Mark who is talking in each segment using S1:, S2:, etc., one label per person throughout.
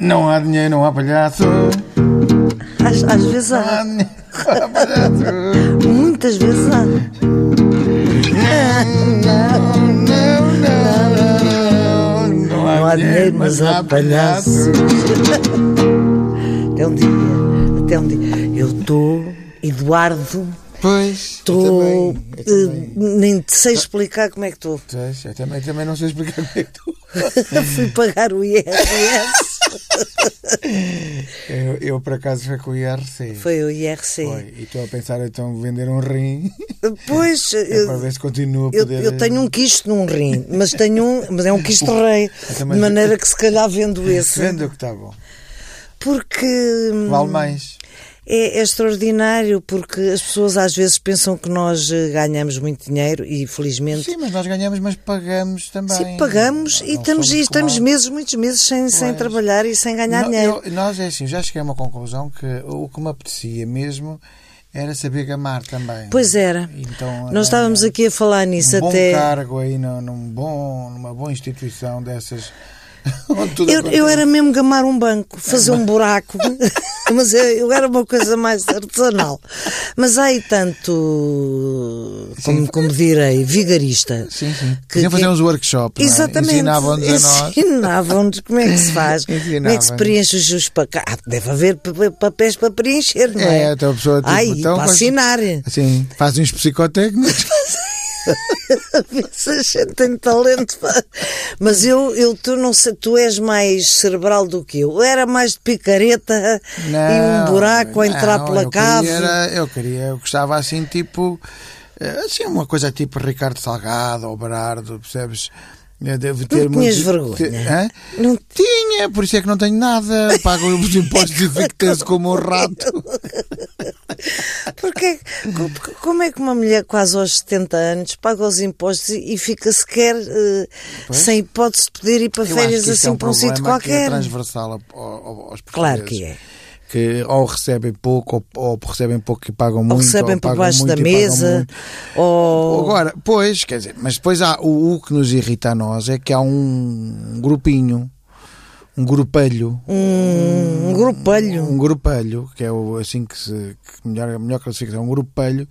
S1: Não há dinheiro, não há palhaço.
S2: Às, às vezes
S1: Não há
S2: há,
S1: dinheiro, não há palhaço.
S2: muitas vezes há.
S1: Não, não, não, não.
S2: Não há dinheiro, mas há palhaço. Até um dia, até um dia. Eu estou, Eduardo,
S1: Pois.
S2: estou.
S1: Eu também.
S2: eh, Nem te sei explicar como é que estou.
S1: Eu também, eu também, também não sei explicar como é que tu.
S2: Fui pagar o IRS.
S1: Eu, eu, por acaso, recolhi a receita.
S2: Foi o IRC.
S1: Foi. E estou a pensar então vender um rim
S2: Pois,
S1: é para
S2: eu,
S1: ver se continuo a
S2: eu,
S1: poder. é.
S2: eu tenho um quisto num rim, mas tenho um, mas é um quisto rei. De
S1: também-
S2: maneira que se calhar vendo esse.
S1: eh, Vendo o que está bom.
S2: Porque. hum,
S1: Vale mais.
S2: É, é extraordinário porque as pessoas às vezes pensam que nós eh, ganhamos muito dinheiro e felizmente
S1: Sim, mas nós ganhamos, mas pagamos também.
S2: sim, Tipo, pagamos e
S1: Não
S2: estamos,
S1: somos
S2: e estamos
S1: como-
S2: meses, muitos meses sem, sem
S1: Pois.
S2: trabalhar e sem ganhar
S1: Não,
S2: dinheiro.
S1: eu- nós é assim, já cheguei a uma conclusão que o que me apetecia mesmo era saber gamar também.
S2: Pois era.
S1: Então,
S2: Nós estávamos aqui a falar nisso
S1: um bom
S2: até.
S1: cargo aí num, num bom, numa boa instituição dessas. onde tudo
S2: Eu, eu
S1: acontece.
S2: era mesmo gamar um banco, fazer um buraco, mas eu, eu era uma coisa mais artesanal. Mas há aí tanto, como, como direi, vigarista.
S1: Sim, sim.
S2: que-
S1: Queriam fazer
S2: que-
S1: uns workshops. não é?
S2: Exatamente.
S1: Ensinavam-nos a nós.
S2: Ensinavam-nos como é que se faz, como é que se
S1: Ensinavam-nos.
S2: preenche os seus pacotes. Ah, deve haver pa- pa- papéis para preencher, não é?
S1: É, então a pessoa. Tipo,
S2: Ai,
S1: então,
S2: para
S1: faz-
S2: assinar.
S1: Sim, Assim, faz uns psicotécnicos.
S2: Essa gente tem talento. pá. Mas eu, eu tu, não sei, tu és mais cerebral do que eu. Eu era mais de picareta e um buraco a entrar
S1: não,
S2: pela
S1: eu queria
S2: cave.
S1: era- eu queria, eu gostava assim, tipo. eh, Assim, uma coisa tipo Ricardo Salgado ou Berardo, percebes? Eu devo ter
S2: tinhas
S1: muito-
S2: vergonha?
S1: te- hã?
S2: Não
S1: tinha, por isso é que não tenho nada. Pago os impostos e fico tenso como um rato.
S2: Porque, co- como é que uma mulher quase aos 70 anos paga os impostos e, e fica sequer eh, sem hipótese de poder ir para
S1: Eu acho
S2: férias
S1: que isso
S2: assim
S1: é um
S2: para um sítio
S1: problema que é
S2: qualquer?
S1: transversal ao- ao- aos
S2: Claro
S1: portugueses.
S2: que é.
S1: Que ou recebem pouco, ou, ou recebem pouco e pagam muito.
S2: ou recebem por
S1: pagam
S2: baixo
S1: muito
S2: da
S1: e pagam
S2: mesa,
S1: muito.
S2: ou.
S1: Agora, pois, quer dizer, mas depois há o, o que nos irrita a nós é que há um grupinho, um grupelho,
S2: um, um grupelho.
S1: um grupelho, que é o assim que se que melhor, a melhor classificação, um grupelho,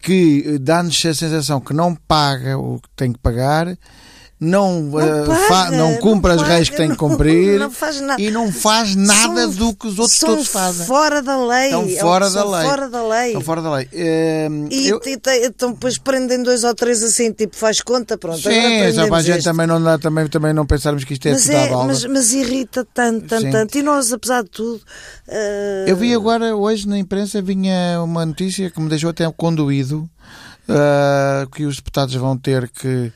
S1: que eh, dá-nos a sensação que não paga o que tem que pagar. Não, eh,
S2: paga,
S1: fa- não
S2: não
S1: cumpre as
S2: paga,
S1: leis que tem que
S2: não-
S1: cumprir
S2: não faz nada.
S1: e não faz nada
S2: São-
S1: do que os outros
S2: são
S1: todos fazem.
S2: fora da lei.
S1: Estão
S2: é o-
S1: fora
S2: são
S1: da lei.
S2: fora da lei.
S1: Estão fora da lei. Ehm,
S2: E,
S1: eu-
S2: e te- então depois prendem dois ou três assim, tipo, faz conta, pronto. agora
S1: Sim, só para a
S2: prendemos
S1: gente
S2: este.
S1: também não, dá, também, também não pensarmos que isto é
S2: mas,
S1: tudo à
S2: é,
S1: balda.
S2: mas, mas irrita tanto, tanto,
S1: Sim.
S2: tanto. E nós, apesar de tudo. eh,
S1: Eu vi agora, hoje na imprensa, vinha uma notícia que me deixou até condoído, ah, que os deputados vão ter que,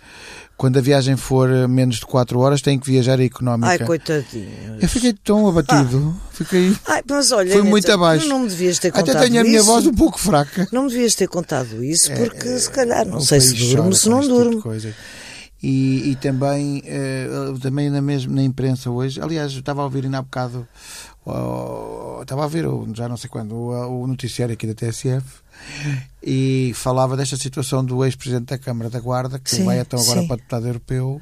S1: quando a viagem for eh, menos de 4 horas, têm que viajar a
S2: Ai,
S1: económica.
S2: coitadinho.
S1: eu fiquei tão abatido, fiquei...
S2: Ai, mas olha,
S1: Foi
S2: Inês,
S1: muito abaixo.
S2: tu Não me devias ter contado
S1: Até tenho a minha
S2: isso.
S1: voz um pouco fraca.
S2: Não me devias ter contado isso, porque se calhar não
S1: O
S2: sei se
S1: país
S2: durmo,
S1: chora
S2: se
S1: com
S2: não
S1: este tipo de
S2: durmo.
S1: coisa. E, e também, eh, também na, mesma, na imprensa hoje, aliás, eu estava a ouvir ainda há bocado, ó, estava a ouvir, ou já não sei quando, o, o noticiário aqui da TSF, e falava desta situação do ex-presidente da Câmara da Guarda, que
S2: Sim,
S1: vai então agora
S2: sim.
S1: para deputado europeu,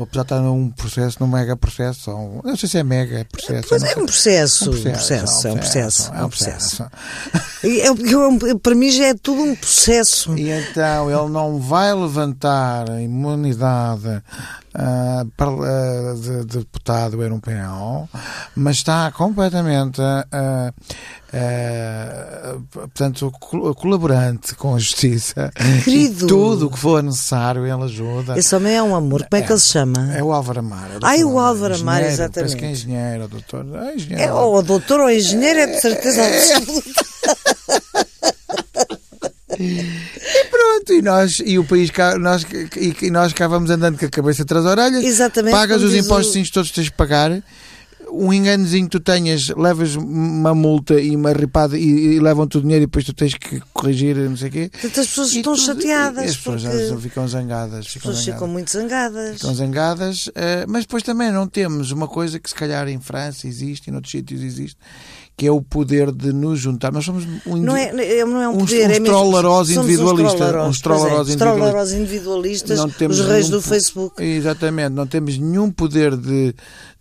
S1: apesar de estar num processo, num mega processo, ou um- não sei se é mega, é processo.
S2: Pois
S1: eu não
S2: é um
S1: sei.
S2: processo, um processo, é um processo, é um processo. E é porque eu- Para mim já é tudo um processo.
S1: E então ele não vai levantar a imunidade ah, par- ah, de, de deputado europeu, mas está completamente, ah, ah, portanto, col- colaborante com a justiça.
S2: Querido.
S1: E tudo o que for necessário ele ajuda.
S2: Esse homem é um amor, como é que ele se chama?
S1: É o Álvaro Amar. é o
S2: Ah, é o
S1: doutor
S2: Álvaro Amar,
S1: engenheiro,
S2: exatamente.
S1: Parece que é engenheiro, doutor. É engenheiro.
S2: É, ou o doutor ou o engenheiro, é de certeza absoluta.
S1: Pronto, e nós, e o país cá, nós, e, e nós cá vamos andando com a cabeça atrás das orelhas.
S2: Exatamente,
S1: Pagas
S2: como
S1: os
S2: diz o-
S1: impostos todos que tens de pagar. Um enganozinho que tu tenhas, levas uma multa e uma ripada e, e levam-te o dinheiro e depois tu tens que corrigir, não sei o quê.
S2: Portanto, as pessoas
S1: E
S2: estão
S1: tudo-
S2: chateadas
S1: e As pessoas
S2: porque-
S1: já ficam zangadas.
S2: As
S1: Ficam
S2: pessoas ficam
S1: zangadas.
S2: muito zangadas.
S1: Ficam zangadas, eh, mas depois também não temos uma coisa que se calhar em França existe e noutros sítios existe, que é o poder de nos juntar. Nós somos um
S2: Não é, não é um
S1: uns-
S2: poder,
S1: uns
S2: é mesmo.
S1: trollarós
S2: somos
S1: individualistas,
S2: Uns trollarós,
S1: uns trollarós
S2: pois é,
S1: individualistas.
S2: trollarós individualistas,
S1: Não temos
S2: os reis
S1: nenhum-
S2: do Facebook.
S1: Exatamente, não temos nenhum poder de,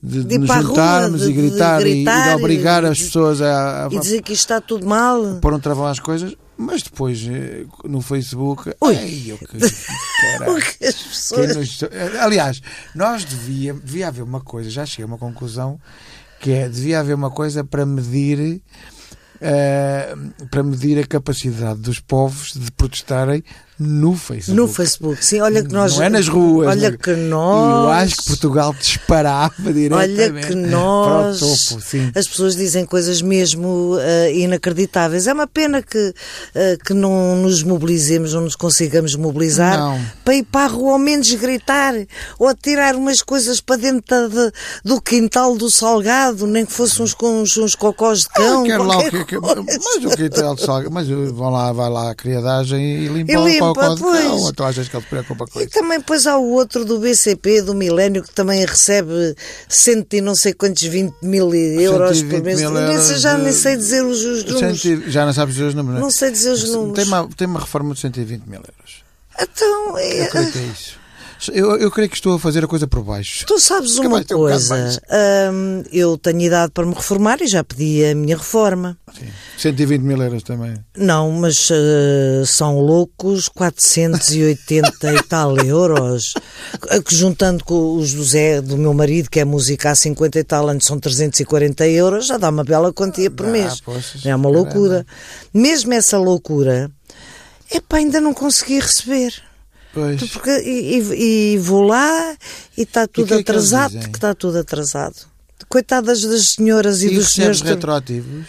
S1: de,
S2: De ir
S1: nos
S2: para a rua,
S1: juntarmos
S2: de-
S1: e
S2: de
S1: gritar, e- e,
S2: gritar
S1: de obrigar
S2: e-
S1: as pessoas a, a,
S2: E dizer que isto está tudo mal.
S1: pôr um travão às coisas, mas depois eh, no Facebook.
S2: Ui.
S1: Ai, eu que.
S2: O
S1: Caralho.
S2: que
S1: é. Quem
S2: as pessoas.
S1: nos- eh, Aliás, nós devia, devia haver uma coisa, já cheguei a uma conclusão, que é devia haver uma coisa para medir eh, para medir a capacidade dos povos de protestarem no Facebook.
S2: No Facebook, sim, olha que nós.
S1: Não é nas ruas.
S2: Olha
S1: não-
S2: que
S1: E
S2: nós.
S1: Eu acho que Portugal disparava diretamente né?
S2: Olha que nós.
S1: para é? o topo, sim.
S2: As pessoas dizem coisas mesmo eh, inacreditáveis. É uma pena que, eh, que não nos mobilizemos, não nos consigamos mobilizar
S1: Não.
S2: para ir para a rua, ao menos gritar ou tirar umas coisas para dentro da- de- do quintal do salgado, nem que fossem uns, com- uns, uns cocós de
S1: Eu Ah,
S2: cão.
S1: quero lá o
S2: Então, qualquer
S1: que, que-
S2: coisa.
S1: mas o que é de salga, mas eh, vão lá, vai lá à criadagem e limpa,
S2: E
S1: o
S2: limpa,
S1: cocó de
S2: pois.
S1: cão. Ou tu achas que ele se preocupa com
S2: E
S1: isso?
S2: também depois há o outro do BCP, do Milénio, que também recebe cento e não sei quantos 20 mil euros por
S1: 120
S2: mês.
S1: mil
S2: Nem
S1: euros
S2: sei- já
S1: de-
S2: nem sei dizer os, os números.
S1: Cento e- já não sabes dizer os números, né?
S2: Não sei dizer os números.
S1: Tem uma, tem uma reforma de 120 mil euros.
S2: Então, é-
S1: Eu creio que é isso. Eu, eu creio que estou a fazer a coisa por baixo.
S2: tu sabes
S1: Fica
S2: uma
S1: mais, tem um bocado mais.
S2: coisa. Hum, eu tenho idade para me reformar e já pedi a minha reforma.
S1: Sim. 120 mil euros também.
S2: Não, mas eh, são loucos 480 e tal euros. Que Juntando com os do Zé, do meu marido, que é música há 50 e tal anos, são 340 euros, já dá uma bela quantia por
S1: Ah,
S2: mês.
S1: poças,
S2: é
S1: caramba.
S2: uma loucura. Mesmo essa loucura, epá, ainda não consegui receber.
S1: Pois.
S2: Porque, e, e- e vou lá e está tudo
S1: que é que eles
S2: atrasado,
S1: dizem?
S2: que está tudo atrasado. Coitadas das senhoras e,
S1: E
S2: dos senhores.
S1: recebes retroativos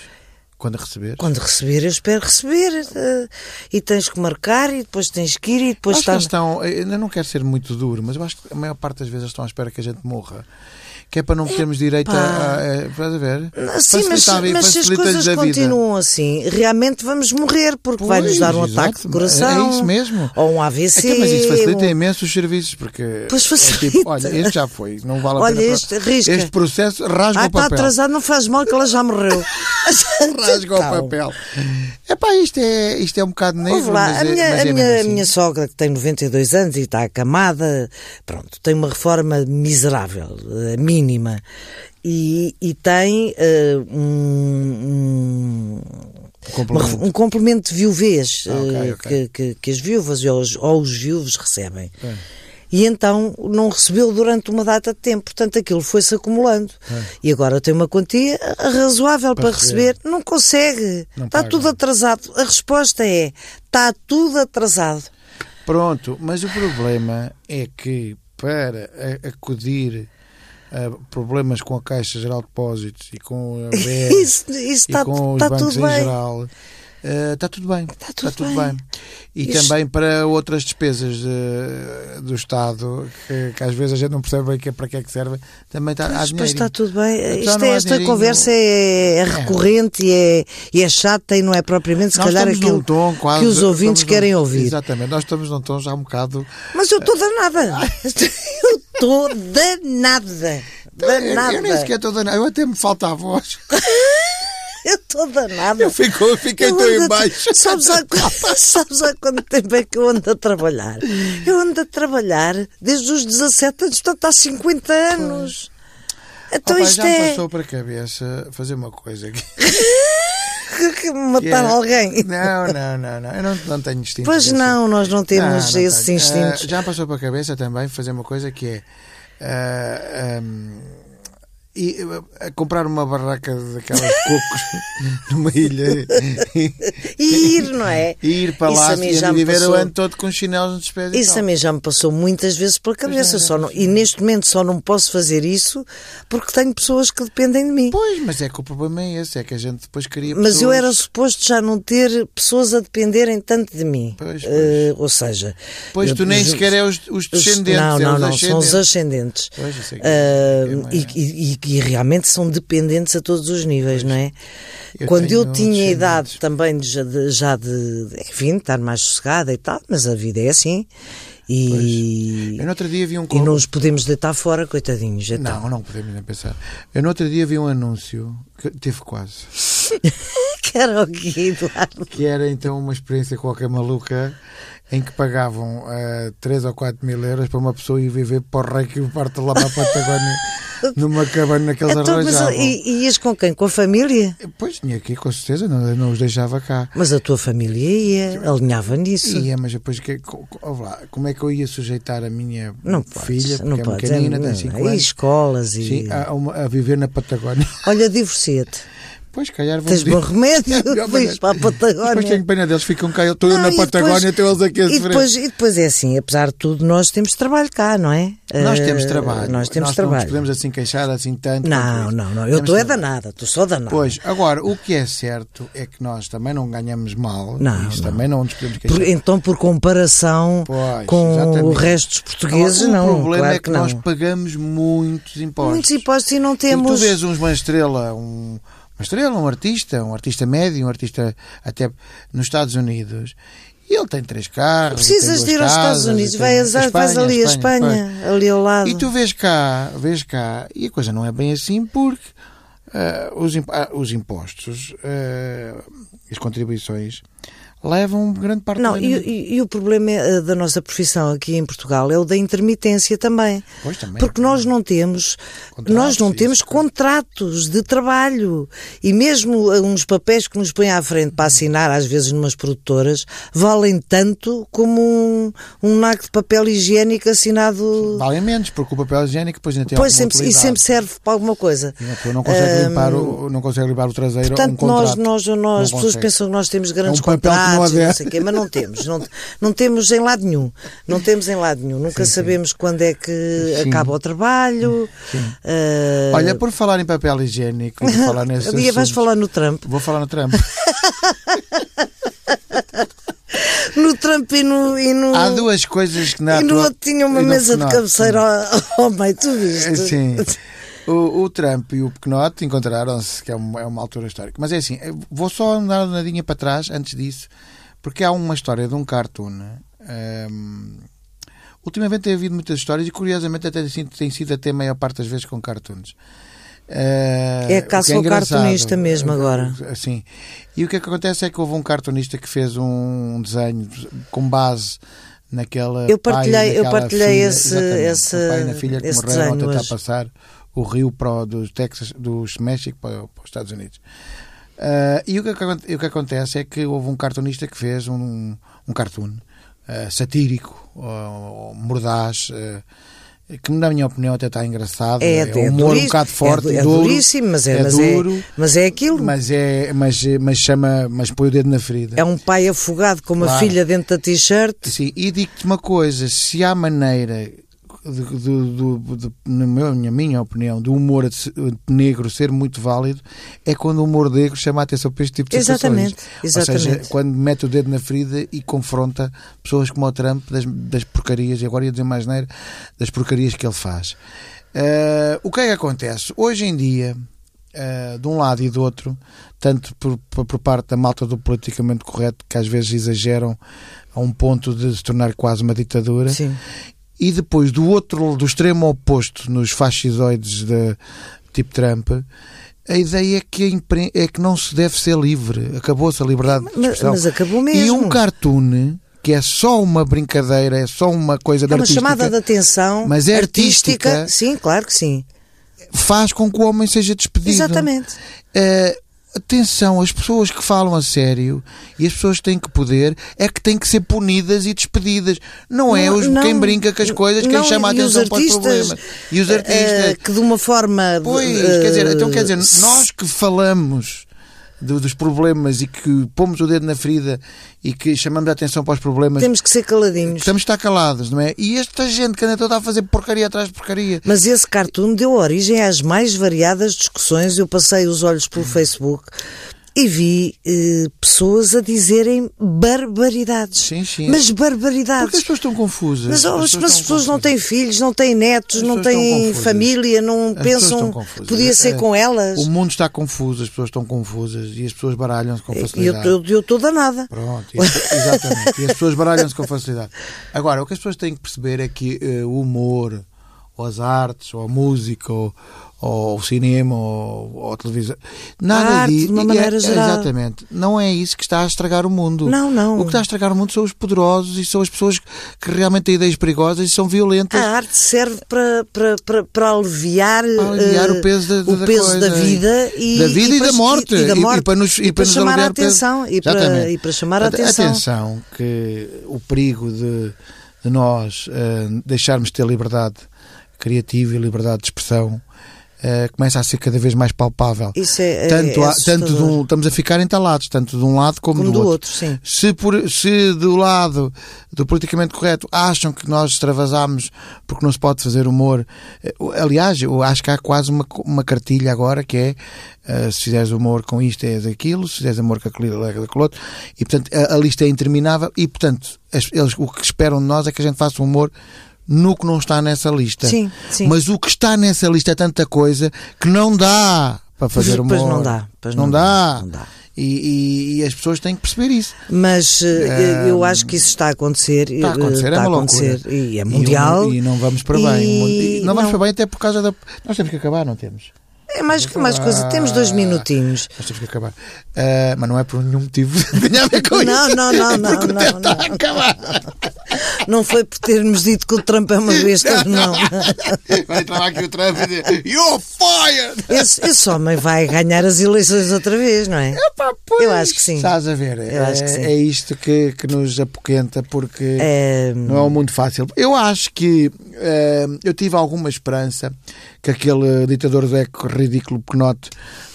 S1: quando receber?
S2: Quando receber, eu espero receber. eh, E tens que marcar, e depois tens que ir, e depois
S1: Acho que
S2: está.
S1: eles estão, eh, eu não quero ser muito duro, mas eu acho que a maior parte das vezes eles estão à espera que a gente morra. Que é para não termos direito a. a, a estás a ver?
S2: Sim, mas,
S1: Facilita a vida,
S2: mas se as
S1: facilita-lhes
S2: coisas
S1: a vida.
S2: continuam assim, realmente vamos morrer, porque vai-nos
S1: Pois,
S2: dar um
S1: exato,
S2: ataque de coração.
S1: é isso mesmo.
S2: Ou um AVC.
S1: Então, mas isso facilita
S2: um-
S1: imenso os serviços, porque.
S2: Pois
S1: é
S2: facilita.
S1: tipo, olha, este já foi, não vale a
S2: Olha,
S1: pena.
S2: este risca.
S1: este processo rasga
S2: Ah,
S1: o
S2: está
S1: papel.
S2: atrasado, não faz mal que ela já morreu.
S1: Rasga
S2: Então,
S1: o papel. Epá, isto é, isto é um bocado negro,
S2: Ouve lá,
S1: mas,
S2: a
S1: é,
S2: minha,
S1: mas
S2: a
S1: é
S2: minha,
S1: mesmo
S2: a
S1: assim.
S2: minha sogra, que tem 92 anos e está acamada, pronto, tem uma reforma miserável, eh, mínima, e, e tem eh, um- um, uma
S1: Complemento.
S2: ref- um complemento de viuvez
S1: Ah, ok,
S2: eh,
S1: ok.
S2: Que, que- que as viúvas ou os, ou os viúvos recebem.
S1: É.
S2: E então não recebeu durante uma data de tempo, portanto aquilo foi-se acumulando. E agora tem uma quantia razoável para,
S1: É. receber.
S2: receber. não consegue.
S1: Não
S2: está
S1: paga.
S2: tudo atrasado. A resposta é: está tudo atrasado.
S1: Pronto, mas o problema é que para a- acudir a problemas com a Caixa Geral de Depósitos e com a BES
S2: Isso, isso
S1: e
S2: está,
S1: com os
S2: está
S1: bancos
S2: tudo
S1: em
S2: bem. Tá
S1: geral, eh, está tudo bem. Está
S2: tudo bem.
S1: E
S2: Isto-
S1: também para outras despesas eh, do Estado, que, que às vezes a gente não percebe bem que, para que é que serve, também está, há
S2: Mas depois
S1: dinheiro.
S2: está tá tudo bem.
S1: Então
S2: Isto
S1: não
S2: é-
S1: há
S2: esta
S1: dinheirinho.
S2: conversa é, é recorrente e, é, e é chata e não é propriamente, se
S1: Nós
S2: calhar,
S1: estamos
S2: aquilo
S1: num tom quase-
S2: que os
S1: estamos
S2: ouvintes
S1: num-
S2: querem ouvir.
S1: Exatamente, nós estamos num tom já um bocado.
S2: Mas eu estou danada. Eu estou danada.
S1: Tá, Eu, eu nem
S2: Danada.
S1: sequer estou danado, eu até me falta a voz.
S2: Eu estou danada.
S1: Eu fico, eu fiquei
S2: Eu
S1: tão Tá.
S2: ando a-
S1: em baixo.
S2: Sabes há, qu- sabes há quanto tempo é que eu ando a trabalhar? Eu ando a trabalhar desde os 17 anos, portanto há 50 anos. Então
S1: Opa,
S2: isto
S1: já me
S2: é
S1: passou para a cabeça fazer uma coisa aqui.
S2: que- que
S1: é
S2: matar alguém.
S1: Não, não, não, não. Eu não, não tenho instinto.
S2: Pois
S1: desse.
S2: não, nós não
S1: Não, não
S2: temos
S1: tenho.
S2: esses instintos.
S1: Ah, já me passou para a cabeça também fazer uma coisa que é. ah, ahm, e, ah, comprar uma barraca daquelas de cocos numa ilha e,
S2: E ir, não é?
S1: e Ah, ir para
S2: Isso
S1: lá
S2: a mim
S1: e
S2: já me
S1: viver o
S2: passou.
S1: ano todo com chinelos nos pés e
S2: Isso a
S1: tal.
S2: mim já me passou muitas vezes pela cabeça. Só não, e neste momento só não posso fazer isso porque tenho pessoas que dependem de mim.
S1: Pois, mas é que o problema é esse, é que a gente depois queria.
S2: Mas eu
S1: pessoas-
S2: era suposto já não ter pessoas a dependerem tanto de mim.
S1: Pois, pois.
S2: Eh, ou seja,
S1: Pois
S2: eu-
S1: tu nem sequer é os, os
S2: os-
S1: descendentes,
S2: Não,
S1: é
S2: não,
S1: os
S2: não, são
S1: ascendentes.
S2: os ascendentes.
S1: Pois, eu sei que-
S2: Ah,
S1: que é mais-
S2: e, e- e- e realmente são dependentes a todos os níveis, não é?
S1: Eu
S2: Quando eu
S1: tenho
S2: tinha
S1: descendentes.
S2: idade também de, já de, de, já de, enfim, estar mais sossegada e tal, mas a vida é assim. E,
S1: Eu no outro dia vi um
S2: e não os podemos deitar fora, coitadinhos. Então.
S1: Não, não podemos nem pensar. Eu no outro dia vi um anúncio que teve quase.
S2: que era o quê, Eduardo?
S1: que era então uma experiência qualquer maluca em que pagavam uh, 3 ou 4 mil euros para uma pessoa ir viver para o Reiki e parte lá para a Patagónia numa cabana que eles
S2: Então, mas,
S1: arranjavam.
S2: e, e ias com quem? Com a família?
S1: Pois tinha aqui, com certeza, não, não os deixava cá.
S2: Mas a tua família ia, alinhava nisso.
S1: Ia, mas depois que, co- co- ouve lá, como é que eu ia sujeitar a minha
S2: Não
S1: filha,
S2: podes, não
S1: porque
S2: podes.
S1: é pequenina,
S2: não,
S1: tem 5
S2: e
S1: anos,
S2: escolas e...
S1: sim, ah. a, a uma- a viver na Patagónia?
S2: Olha, divorcia-te.
S1: Pois, se calhar vou
S2: Tens bom remédio,
S1: É a melhor
S2: vais
S1: maneira.
S2: para a
S1: Depois
S2: Patagónia.
S1: tenho pena deles, ficam cá, eu estou eu
S2: Não,
S1: na
S2: Ah, e
S1: Patagónia,
S2: depois-
S1: estou eles é aqui a
S2: e
S1: sofrer.
S2: depois, e depois é assim, apesar de tudo, nós temos trabalho cá, não é?
S1: Nós
S2: Eh,
S1: temos trabalho.
S2: Nós temos
S1: Não nos
S2: trabalho.
S1: podemos assim queixar assim tanto. quanto
S2: Não,
S1: isso.
S2: não, não. Eu
S1: Temos
S2: estou é
S1: trabalho.
S2: danada, estou só danada.
S1: Pois, agora, o que é certo é que nós também não ganhamos mal.
S2: Não,
S1: Isso
S2: não.
S1: também não nos podemos queixar.
S2: Por- então, por comparação
S1: Pois,
S2: com
S1: exatamente.
S2: o resto dos portugueses,
S1: Agora,
S2: não.
S1: O problema
S2: claro
S1: é que,
S2: não.
S1: nós pagamos muitos impostos.
S2: Muitos impostos e não
S1: E tu
S2: temos.
S1: vês uns uma estrela, um, uma estrela, um artista, um artista médio, um artista até nos Estados Unidos. E ele tem três carros. e tem
S2: Precisas
S1: duas
S2: de ir aos Estados
S1: casas, e
S2: Unidos,
S1: tem-
S2: vais,
S1: Espanha,
S2: vais ali a Espanha, ali ao lado.
S1: E tu vês cá, vês cá, e a coisa não é bem assim porque ah, os, imp- ah, os impostos, ah, as contribuições, levam grande parte
S2: Não,
S1: do
S2: e, e- e o problema eh, da nossa profissão aqui em Portugal é o da intermitência também.
S1: Pois, também.
S2: Porque nós não temos,
S1: Contratos,
S2: nós não
S1: isso,
S2: temos
S1: tudo.
S2: contratos de trabalho. E mesmo eh, uns papéis que nos põem à frente para assinar, às vezes, numas produtoras, valem tanto como um, um naco de papel higiênico assinado.
S1: Valem menos, porque o papel higiênico depois ainda tem
S2: Pois
S1: alguma
S2: sempre, e
S1: utilidade.
S2: sempre serve para alguma coisa.
S1: E uma pessoa não consegue,
S2: Ahm,
S1: limpar o, não consegue limpar o traseiro a um
S2: Portanto, nós,
S1: contrato.
S2: nós,
S1: Não
S2: nós as pessoas
S1: consegue.
S2: pensam que nós temos grandes
S1: um papel que não
S2: contratos, e não,
S1: adere.
S2: sei o quê, mas não temos. Não, não temos em lado nenhum. Não temos em lado nenhum. Nunca sabemos quando é que
S1: Sim.
S2: acaba o trabalho. eh,
S1: Olha, por falar em papel higiênico, vou falar nesse
S2: um dia vais
S1: assunto.
S2: falar no Trump.
S1: Vou falar no Trump.
S2: No Trump e no. E no,
S1: Há duas coisas que na
S2: e no
S1: atua-
S2: outro tinha uma
S1: e no
S2: mesa de
S1: Fnac.
S2: cabeceira ao, ao meio, tu viste?
S1: É, Sim. O, o Trump e o Pequenote encontraram-se, que é uma, é uma altura histórica. Mas é assim, eu vou só andar uma nadinha para trás antes disso, porque há uma história de um cartoon. hum, ultimamente tem havido muitas histórias e curiosamente até tem sido- tem sido até a maior parte das vezes com cartoons.
S2: É
S1: É eh,
S2: cá só cartunista mesmo agora.
S1: Sim. E o que é que acontece é que houve um cartunista que fez um desenho com base naquela.
S2: Eu
S1: pai e
S2: partilhei- eu
S1: naquela
S2: partilhei
S1: filha,
S2: esse-
S1: exatamente,
S2: esse-
S1: um pai e na filha que
S2: esse
S1: morreram a
S2: desenho
S1: tentar
S2: hoje.
S1: passar o rio para o- dos Texas, dos México para, para os Estados Unidos. Ah, e o que, é que aconte- e o que acontece é que houve um cartunista que fez um, um cartoon ah, satírico, ou, ou mordaz. ah, que na minha opinião até está engraçado
S2: É, é,
S1: um humor um
S2: duríssimo,
S1: bocado forte
S2: é,
S1: e
S2: é
S1: duro,
S2: duríssimo, mas é,
S1: é
S2: mas,
S1: duro.
S2: é, mas é aquilo.
S1: mas é mas mas chama mas põe o dedo na ferida
S2: É um pai afogado com uma
S1: Claro.
S2: filha dentro da t-shirt.
S1: Sim, e digo-te uma coisa se há maneira de, de- de- de- na meu- na minha opinião do humor de se- negro ser muito válido é quando o humor negro chama a atenção para este tipo de
S2: Exatamente,
S1: situações ou seja
S2: exatamente.
S1: quando mete o dedo na ferida e confronta pessoas como o Trump das, das porcarias e agora ia dizer mais neira das porcarias que ele faz Eh, o que é que acontece hoje em dia eh, de um lado e do outro, tanto por, por- por parte da malta do politicamente correto, que às vezes exageram a um ponto de se tornar quase uma ditadura,
S2: Sim.
S1: e depois do outro, do extremo oposto, nos fascisoides de tipo Trump, a ideia é que, a impren- é que não se deve ser livre. Acabou-se a liberdade de
S2: Mas,
S1: expressão.
S2: mas acabou mesmo.
S1: e um cartoon que é só uma brincadeira, é só uma coisa de
S2: É uma
S1: artística,
S2: chamada de atenção
S1: Mas é artística.
S2: Sim, claro que sim.
S1: faz com que o homem seja despedido.
S2: Exatamente.
S1: Eh, atenção, as pessoas que falam a sério e as pessoas que têm que poder é que têm que ser punidas e despedidas. Não é
S2: Não,
S1: os,
S2: não.
S1: quem brinca com as coisas, quem
S2: Não,
S1: chama a
S2: e os
S1: atenção para os
S2: artistas,
S1: problemas. E os artistas.
S2: eh, que de uma forma. de-
S1: pois,
S2: eh,
S1: quer dizer, então quer dizer, nós que falamos. do- Dos problemas e que pomos o dedo na ferida e que chamamos a atenção para os problemas,
S2: Temos que ser caladinhos.
S1: estamos de estar calados, não é? E esta gente que anda toda a fazer porcaria atrás de porcaria,
S2: Mas esse
S1: Hum.
S2: cartoon deu origem às mais variadas discussões. Eu passei os olhos pelo Facebook e vi eh, pessoas a dizerem barbaridades.
S1: Sim, sim.
S2: Mas
S1: Porque as
S2: barbaridades.
S1: pessoas estão confusas.
S2: Mas oh, mas as
S1: estão
S2: pessoas, não
S1: confusas.
S2: têm filhos, não têm netos,
S1: As
S2: não
S1: pessoas estão
S2: têm
S1: confusas.
S2: família, não
S1: As pessoas estão
S2: pensam.
S1: confusas.
S2: Podia ser
S1: É.
S2: com elas.
S1: O mundo está confuso, as pessoas estão confusas e as pessoas baralham-se com
S2: E eu
S1: facilidade.
S2: estou- eu estou danada.
S1: Pronto, e as- exatamente. E as pessoas baralham-se com facilidade. Agora, o que as pessoas têm que perceber é que eh, o humor, ou as artes, ou a música, ou, ou o cinema, ou, ou a televisão,
S2: A
S1: nada
S2: arte,
S1: disso.
S2: de uma
S1: e
S2: maneira
S1: é,
S2: geral.
S1: Exatamente. Não é isso que está a estragar o mundo.
S2: Não, não.
S1: O que está a estragar o mundo são os poderosos e são as pessoas que realmente têm ideias perigosas e são violentas.
S2: A arte serve para, para, para, para aliviar,
S1: Para aliviar
S2: eh,
S1: o peso da, da-
S2: o peso
S1: coisa,
S2: da vida e
S1: da vida e, da
S2: depois-
S1: morte
S2: e da morte.
S1: para nos e
S2: E
S1: para
S2: para
S1: nos
S2: chamar a
S1: aliviar o peso.
S2: atenção, e para-
S1: Exatamente.
S2: e para chamar a
S1: Ate-
S2: atenção.
S1: atenção que o perigo de, de nós eh, deixarmos de ter liberdade criativa e liberdade de expressão eh, começa a ser cada vez mais palpável
S2: Isso é, é-
S1: tanto,
S2: é
S1: há- tanto de
S2: assustador.
S1: um- estamos a ficar entalados tanto de um lado como,
S2: como
S1: do outro
S2: sim.
S1: se, por- se do lado do politicamente correto acham que nós extravasámos porque não se pode fazer humor, eh, aliás, eu acho que há quase uma, co- uma cartilha agora que é eh, se fizeres humor com isto és aquilo, se fizeres humor com aquilo é aquilo outro, e portanto a, a lista é interminável e portanto as- eles o que esperam de nós é que a gente faça humor no que não está nessa lista.
S2: Sim, sim.
S1: Mas o que está nessa lista é tanta coisa que não dá para fazer humor.
S2: Pois não dá, pois
S1: não,
S2: não
S1: dá.
S2: dá, não dá.
S1: E- e- e as pessoas têm que perceber isso.
S2: Mas eh, eu acho que isso está a acontecer.
S1: É,
S2: eh,
S1: Está a acontecer,
S2: está
S1: é
S2: Tá a
S1: uma
S2: acontecer.
S1: loucura.
S2: E é mundial.
S1: E, não vamos para
S2: E-
S1: bem. E não vamos
S2: não.
S1: para bem até por causa da... Nós temos que acabar, não temos?
S2: É mais que mais coisa. Temos dois
S1: Ah.
S2: minutinhos.
S1: Nós temos que acabar. Ah, mas não é por nenhum motivo que tenha a ver com
S2: Não,
S1: isso. É
S2: não, não, não,
S1: Porque o
S2: não,
S1: tempo está a
S2: não.
S1: acabar.
S2: Não foi por termos dito que o Trump é uma besta, não.
S1: Vai entrar aqui o Trump e dizer You're fired!
S2: Esse, esse homem vai ganhar as eleições outra vez, não é?
S1: Epá, pois,
S2: Eu acho que sim.
S1: Estás a ver?
S2: Eu acho que
S1: É-
S2: sim.
S1: É isto que, que nos apoquenta porque...
S2: É,
S1: Não é um mundo fácil. Eu acho que eh, eu tive alguma esperança que aquele ditador zeco ridículo pequenote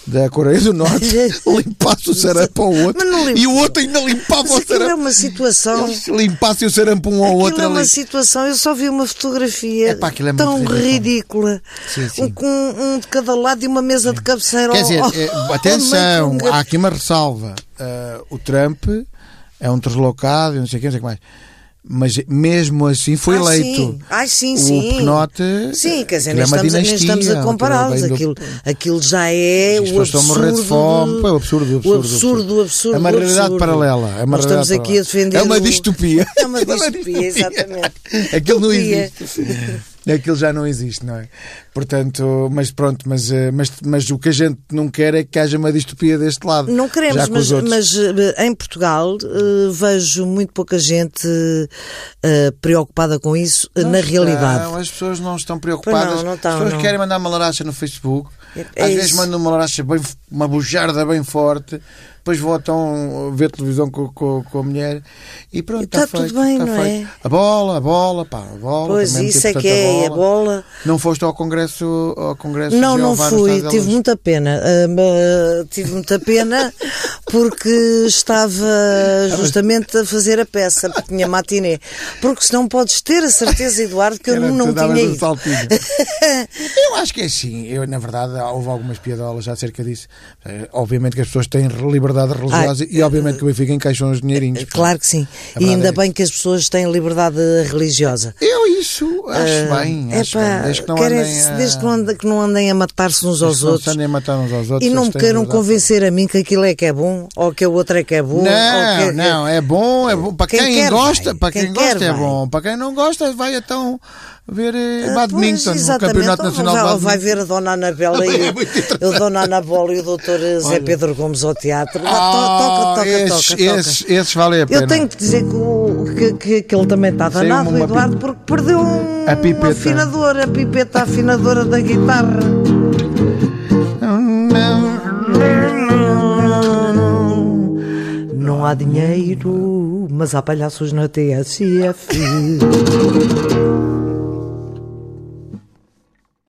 S1: da Coreia do Norte limpasse o sarampo ao outro
S2: Mas não limpa.
S1: e o outro ainda limpava
S2: mas
S1: o
S2: aquilo é
S1: sarampo.
S2: uma situação.
S1: Eles limpassem o sarampo um ao outro
S2: Aquilo é uma
S1: ali.
S2: situação, eu só vi uma fotografia
S1: Epá, aquilo é muito
S2: tão
S1: ridículo.
S2: ridícula.
S1: Sim, sim.
S2: Um, com um de cada lado e uma mesa de cabeceira.
S1: Quer
S2: ao-
S1: dizer,
S2: ao-
S1: eh,
S2: ao meio
S1: atenção, ah,
S2: de um
S1: há aqui uma ressalva. Eh, o Trump é um deslocado e não sei o que, não sei o que mais. Mas mesmo assim foi
S2: Ah,
S1: eleito.
S2: sim. Ai, sim,
S1: o
S2: sim.
S1: pequenote,
S2: Sim, quer dizer,
S1: aquilo é
S2: nem
S1: uma
S2: estamos, a- nem
S1: dinastia,
S2: estamos a
S1: aquilo
S2: compará-los.
S1: vem do-
S2: Aquilo, aquilo já
S1: As
S2: é o absurdo.
S1: pessoas estão a morrer de fome. Pô, é um absurdo,
S2: o absurdo, o absurdo,
S1: É uma
S2: o
S1: realidade
S2: absurdo.
S1: paralela. É uma realidade
S2: Nós estamos aqui
S1: paralela.
S2: a defender
S1: É uma
S2: o-
S1: distopia.
S2: É uma distopia, exatamente.
S1: Aquilo não
S2: Distopia.
S1: existe. Aquilo já não existe, não é? Portanto, mas pronto, mas, eh, mas, mas o que a gente não quer é que haja uma distopia deste lado.
S2: Não
S1: Já
S2: queremos,
S1: com os
S2: mas,
S1: outros.
S2: mas, eh, em Portugal eh, vejo muito pouca gente eh, preocupada com isso eh,
S1: Não é, um
S2: na
S1: estão,
S2: realidade.
S1: as pessoas não estão preocupadas.
S2: não estão,
S1: as pessoas
S2: não.
S1: querem mandar uma laracha no Facebook.
S2: É-
S1: às
S2: é
S1: vezes
S2: isso.
S1: mandam uma laracha bem, uma bujarda bem forte. Depois voltam ver televisão com, com- com a mulher e pronto,
S2: E tá
S1: feito,
S2: tudo bem,
S1: tá
S2: não é?
S1: feito. A bola, a bola, pá, a bola.
S2: Pois,
S1: também
S2: isso
S1: meti,
S2: é que
S1: portanto,
S2: é, a bola.
S1: Não foste ao congresso, ao congresso
S2: Não,
S1: de
S2: não
S1: Jeová nos
S2: fui,
S1: Estados
S2: tive
S1: Unidos?
S2: muita pena. Ah, ma- tive muita pena porque estava justamente a fazer a peça, porque tinha matiné. Porque senão podes ter a certeza, Eduardo, que eu
S1: Era,
S2: não
S1: tu davas
S2: tinha
S1: um
S2: ido.
S1: saltinho. Eu acho que é assim. Eu, na verdade, houve algumas piadolas já acerca disso. Eh, Obviamente que as pessoas têm liberdade religiosa e, obviamente, que o Benfica encaixou os dinheirinhos. pá.
S2: eh, Claro que sim.
S1: A
S2: E
S1: verdade
S2: ainda
S1: é
S2: bem que as pessoas têm liberdade religiosa.
S1: Eu isso acho bem, acho
S2: Eh, Ah, Epá,
S1: bem. Desde que não
S2: querem-
S1: andem a...
S2: desde que não andem, que não andem a matar-se uns
S1: desde
S2: aos
S1: que não se
S2: outros.
S1: andem a matar uns aos outros.
S2: E não me
S1: eles têm
S2: queiram
S1: liberdade.
S2: convencer a mim que aquilo é que é bom, ou que o outro é que é bom. ou
S1: Não,
S2: que-
S1: não, é bom, é bom. Para quem,
S2: Quem quer,
S1: gosta,
S2: vai.
S1: para quem,
S2: Quem quer,
S1: gosta é
S2: vai.
S1: bom. Para quem não gosta, vai então ver eh,
S2: Ah,
S1: badminton
S2: pois,
S1: no
S2: exatamente.
S1: Campeonato
S2: Ou
S1: Nacional de
S2: vai,
S1: Badminton.
S2: vai ver a Dona Anabela e
S1: É muito
S2: o- o, Dona Anabela e o Doutor Zé Pedro Gomes ao teatro.
S1: Ah,
S2: toca, toca,
S1: esses,
S2: toca, toca.
S1: Esses, esses valem a pena.
S2: Eu tenho que dizer que, o- que, que- que ele também está
S1: Saiu-me
S2: danado,
S1: uma
S2: o Eduardo, porque perdeu um,
S1: A pipeta.
S2: um afinador, a pipeta afinadora da guitarra. Não há dinheiro, mas há palhaços na TSF.